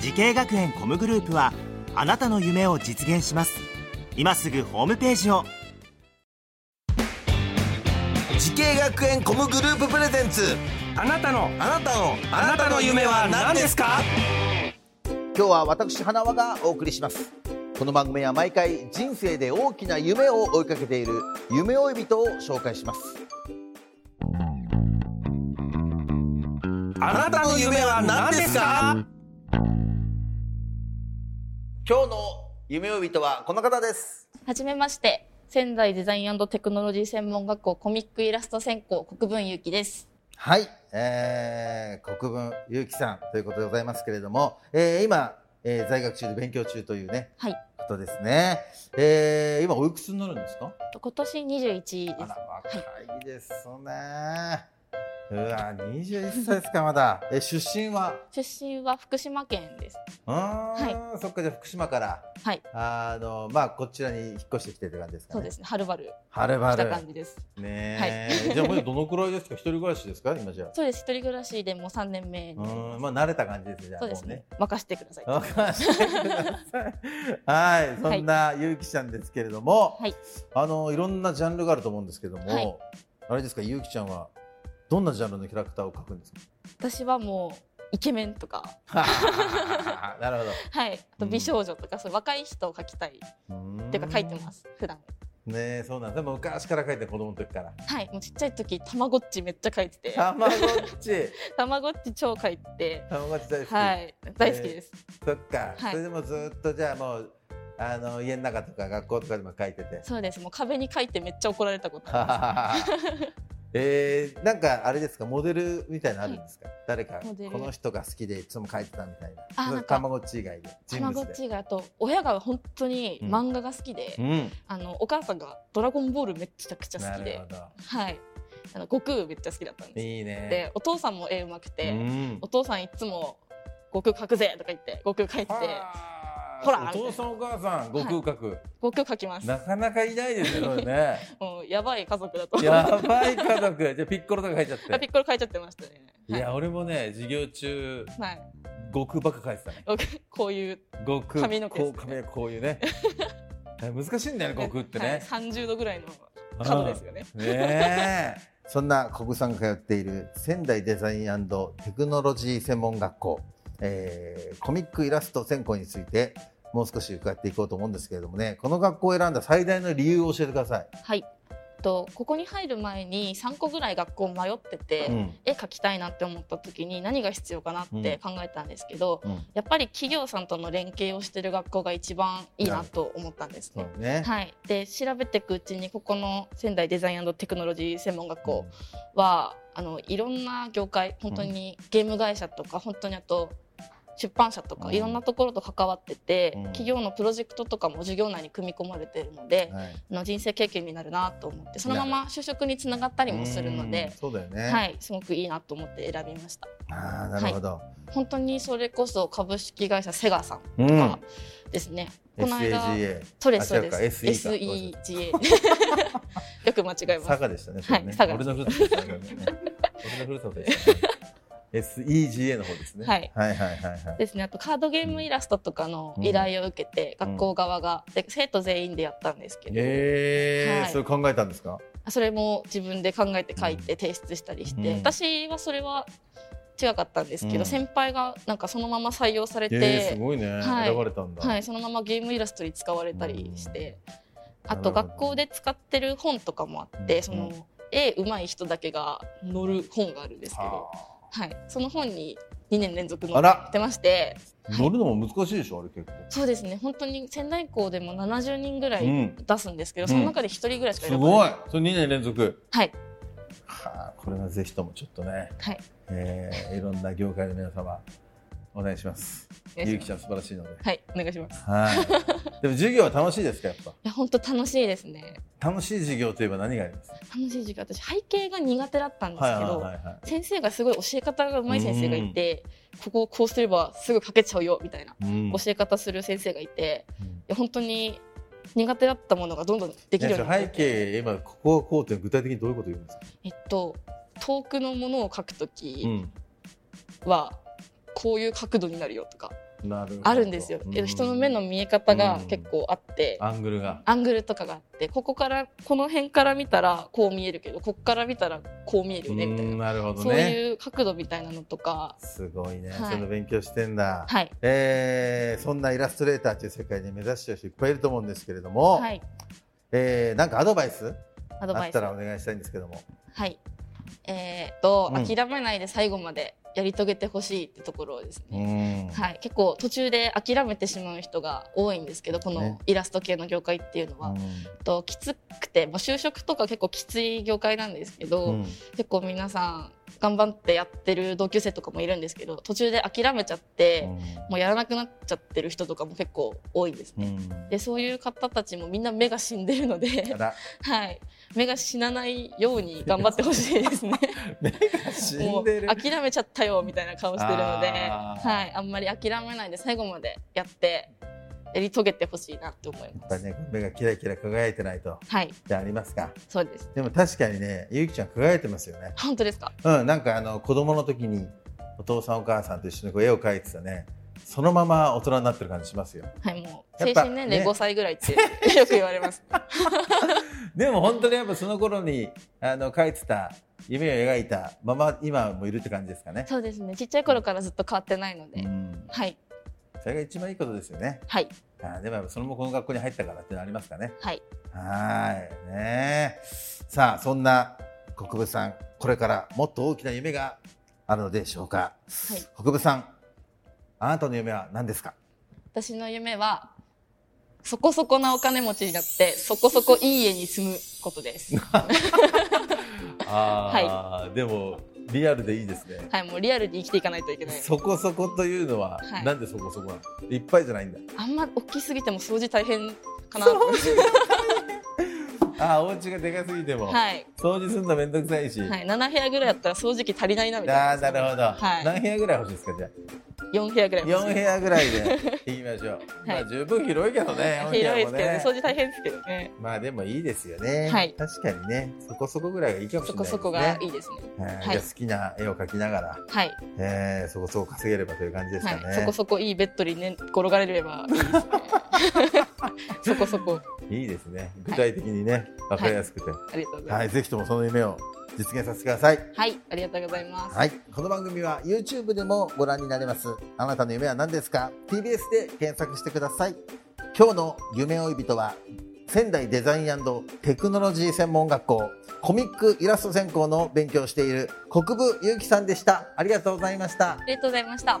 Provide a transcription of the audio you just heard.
時系学園コムグループはあなたの夢を実現します今すぐホームページを時系学園コムグループプレゼンツあなたのあなたのあなたの夢は何ですか今日は私花輪がお送りしますこの番組は毎回人生で大きな夢を追いかけている夢追い人を紹介しますあなたの夢は何ですか今日の夢追い人はこの方ですはじめまして。仙台デザインテクノロジー専門学校コミックイラスト専攻国分ゆうきです。はい、えー、国分ゆうきさんということでございますけれども、えー、今、えー、在学中で勉強中というね、はいことですね、えー、今おいくつになるんですか今年21あです。ら若いですねうわ21歳ですかまだえ出身は出身は福島県です。あーそっかじゃあ福島からはいあのまあこちらに引っ越してきてって感じですかねそうですね。はるばるはるば来るた感じです。ねえ、じゃあもうどのくらいですか一人暮らしです か今じゃそうです。一人暮らしでもう3年目にあなりうんままあ慣れた感じですねじゃす。あそうですもうね。任せてください。わかりましたはい、そんなゆうきちゃんですけれども、はいあのいろんなジャンルがあると思うんですけども、はいあれですかゆうきちゃんはどんなジャンルのキャラクターを描くん です私はもうイケメンとか、か。なるほど。。はい。あと美少女とか、そういう若い人を描きたいっていうか描いてますす。普段。ねえ、そうなんです。でも昔から描いて子供の時から。はい。もうちっちゃい時たまごっちめっちゃ描いてて、たまごっち、たまごっち超描いてたまごっち大好て、き。はい。大好きです。そっか、はいそれでもずっとじゃあもうあの家の中とか学校とかでも描いて て。そうです。もう壁に書いてめっちゃ怒られたことあはははえー、なんかあれですかモデルみたいなのあるんですか、誰かモデルこの人が好きでいつも描いてたみたいなあそなれんかたまごっち以外でる。た人ま物ごでっちがと親が本当に漫画が好きで、うんあのお母さんがドラゴンボールめちゃくちゃな好きるでほ、どはい。あの悟空めっちゃ好きだったんです。いいねで、お父さんも絵うまくて、うんお父さんいつも悟空描くぜとか言って悟空描いてて、はあほらお父さんお母さん悟空描く、悟空描きます。なかなかいないですよそれね もうやばい家族だと。やばい家族じゃあピッコロとか描いちゃってピッコロ描いちゃってましたね。いや俺もね授業中はい。悟空ばっか描いてたね僕こういう悟空髪の毛こう髪の毛こういう ね難しいんだよね悟空ってね、はい、30度ぐらいの角ですよね。 ねえ。そんな小久さんが通っている仙台デザインテクノロジー専門学校、えーコミックイラスト専攻についてもう少し伺っていこうと思うんですけれどもねこの学校を選んだ最大の理由を教えてください。はい。とここに入る前に3個ぐらい学校迷ってて、うん絵描きたいなって思った時に何が必要かなって考えたんですけど、うんやっぱり企業さんとの連携をしてる学校が一番いいなと思ったんですそね。うね、はい、で調べていくうちにここの仙台デザインテクノロジー専門学校は、あのいろんな業界本当にゲーム会社とか本当にあと出版社とか、うんいろんなところと関わってて、うん企業のプロジェクトとかも授業内に組み込まれているので、はいあの人生経験になるなと思ってそのまま就職につながったりもするのうんで、そうだよね。はい、すごくいいなと思って選びましたああなるほど。本当にそれこそ株式会社セガさんうんとかですね、この間 SAGA そうですそうあ違ですうか SE か SEGA よく間違えます佐賀でしたね。それねはい佐賀俺のふるさとでしたね。俺のふるさとでしたね。SEGA の方ですね。はいはいはいはいはい。ですねあとカードゲームイラストとかの依頼を受けて、うん学校側がで生徒全員でやったんですけど、ええはいそれ考えたんですか。それも自分で考えて書いて提出したりして、うん私はそれは違かったんですけど、うん先輩がなんかそのまま採用されて、ええすごいね、はい選ばれたんだ。はい、そのままゲームイラストに使われたりして、あなるほどと学校で使ってる本とかもあって、うんその絵うまい人だけが載る本があるんですけど、はい、その本に2年連続載あらってまして乗るのも難しいでしょあれ結構。そうですね本当に仙台校でも70人ぐらういん出すんですけど、うんその中で1人ぐらいしかす選ばれなごいい。それ二年連続。はいはあ、これはぜひともちょっとね、はいええいろんな業界の皆様お願いします。お願いしますゆうきちゃん素晴らしいので。はい、お願いします。い はい。でも授業は楽しいですかやっぱ。や、本当楽しいですね。楽しい授業といえば何があります。楽しい時間、私、背景が苦手だったんですはけいど、はいはいはい。先生がすごい教え方がうまい先生がいて、ここをこうすればすぐ書けちゃうよ、みたいなうん教え方する先生がいて、うんいや本当に苦手だったものがどんどんできるようになっ背てて景今ここをこうって具体的にどういうこと言うんですか。えっと、遠くのものを書くときん。は、こういう角度になるよとかなるほどあるんですよ。えっと人の目の見え方が結構あって、アングルが。アングルとかがあって、ここから、この辺から見たらこう見えるけど、ここから見たらこう見えるよね、みたいうんな。なるほどそうね。いう角度みたいなのとか、すごいね。はいその勉強してんだ。はい。えーそんなイラストレーターという世界に目指してる人いっぱいいると思うんですけれども、はい。えーなんかアドバイスアドあバっイスた。らお願いしたいんですけども、はい。えーっと、うん諦めないで最後までやり遂げてほしいってところですうね。んはい、結構途中で諦めてしまう人が多いんですけどこねのイラスト系の業界っていうのは、ときつくて、まあ、就職とか結構きつい業界なんですけど、うんうん結構皆さん頑張ってやってる同級生とかもいるんですけど途中で諦めちゃって、もうやらなくなっちゃってる人とかも結構多いんですうね。んでそういう方たちもみんな目が死んでるのあで、ら はい、目が死なないように頑張ってほしいですね。目が 死んでるもう諦めちゃったよみたいな顔してるので、あーはい、あんまり諦めないで最後までやってやり遂げてほしいなって思いやっまぱす。りね目がキラキラ輝いてないとはい、じゃありますかそうです。でも確かにねゆうきちゃん輝いてますよね本当ですか。うんなんかあの子供の時にお父さんお母さんと一緒にこう絵を描いてたねそのまま大人になってる感じしますよはい、もうやっ精ぱ神年齢ね5歳ぐらいってよく言われ ます。でも本当にやっぱその頃にあの描いてた夢を描いたまま今もいるって感じですかねそうですね。ちっちゃい頃からずっと変わってないので、うんはい、それが一番いいことですよねはい、あーでもやっぱそのもこの学校に入ったからっていうのありますかねはい、はーいねえさあそんな国分さんこれからもっと大きな夢があるのでしょうか、はい国分さんあなたの夢は何ですか私の夢は。そこそこなお金持ちになって、そこそこいい家に住むこ とです。あ、はい、でもリアルでいいですねはい、もうリアルに生きていかないといけない。そこそこというのは、はいなんでそこそこなのいっぱいじゃないんだあんま大きすぎても掃除大変かな。ああお家がでかすぎても、はい。掃除するのめんどくさいし、はい、7部屋ぐらいだったら掃除機足りないなみたいな。ああなるほど、はい何部屋ぐらい欲しいですかじゃあ4部屋ぐらい。 4部屋ぐらいで行きましょう、まあ十分広いけどね4部広い屋もですけどね、掃除大変ですけどね。まあでもいいですよね、はい確かにねそこそこぐらいがいいかもしそれないこですねそこがいいですね。えーはいじゃあ好きな絵を描きながら、はい。えーそこそこ稼げればという感じですかね、はい。そこそこいいベッドにね、転がれれば いいですね。 そこそこ。いいですね具体的にね、わかりやすくて、ありがとうございはいます。ぜひともその夢を実現させてくださいはい、ありがとうございます。はいこの番組は YouTube でもご覧になれますあなたの夢は何ですか TBS で検索してください今日の夢追い人は仙台デザインテクノロジー専門学校コミックイラスト専攻の勉強をしている国分祐樹さんでしたありがとうございましたありがとうございました。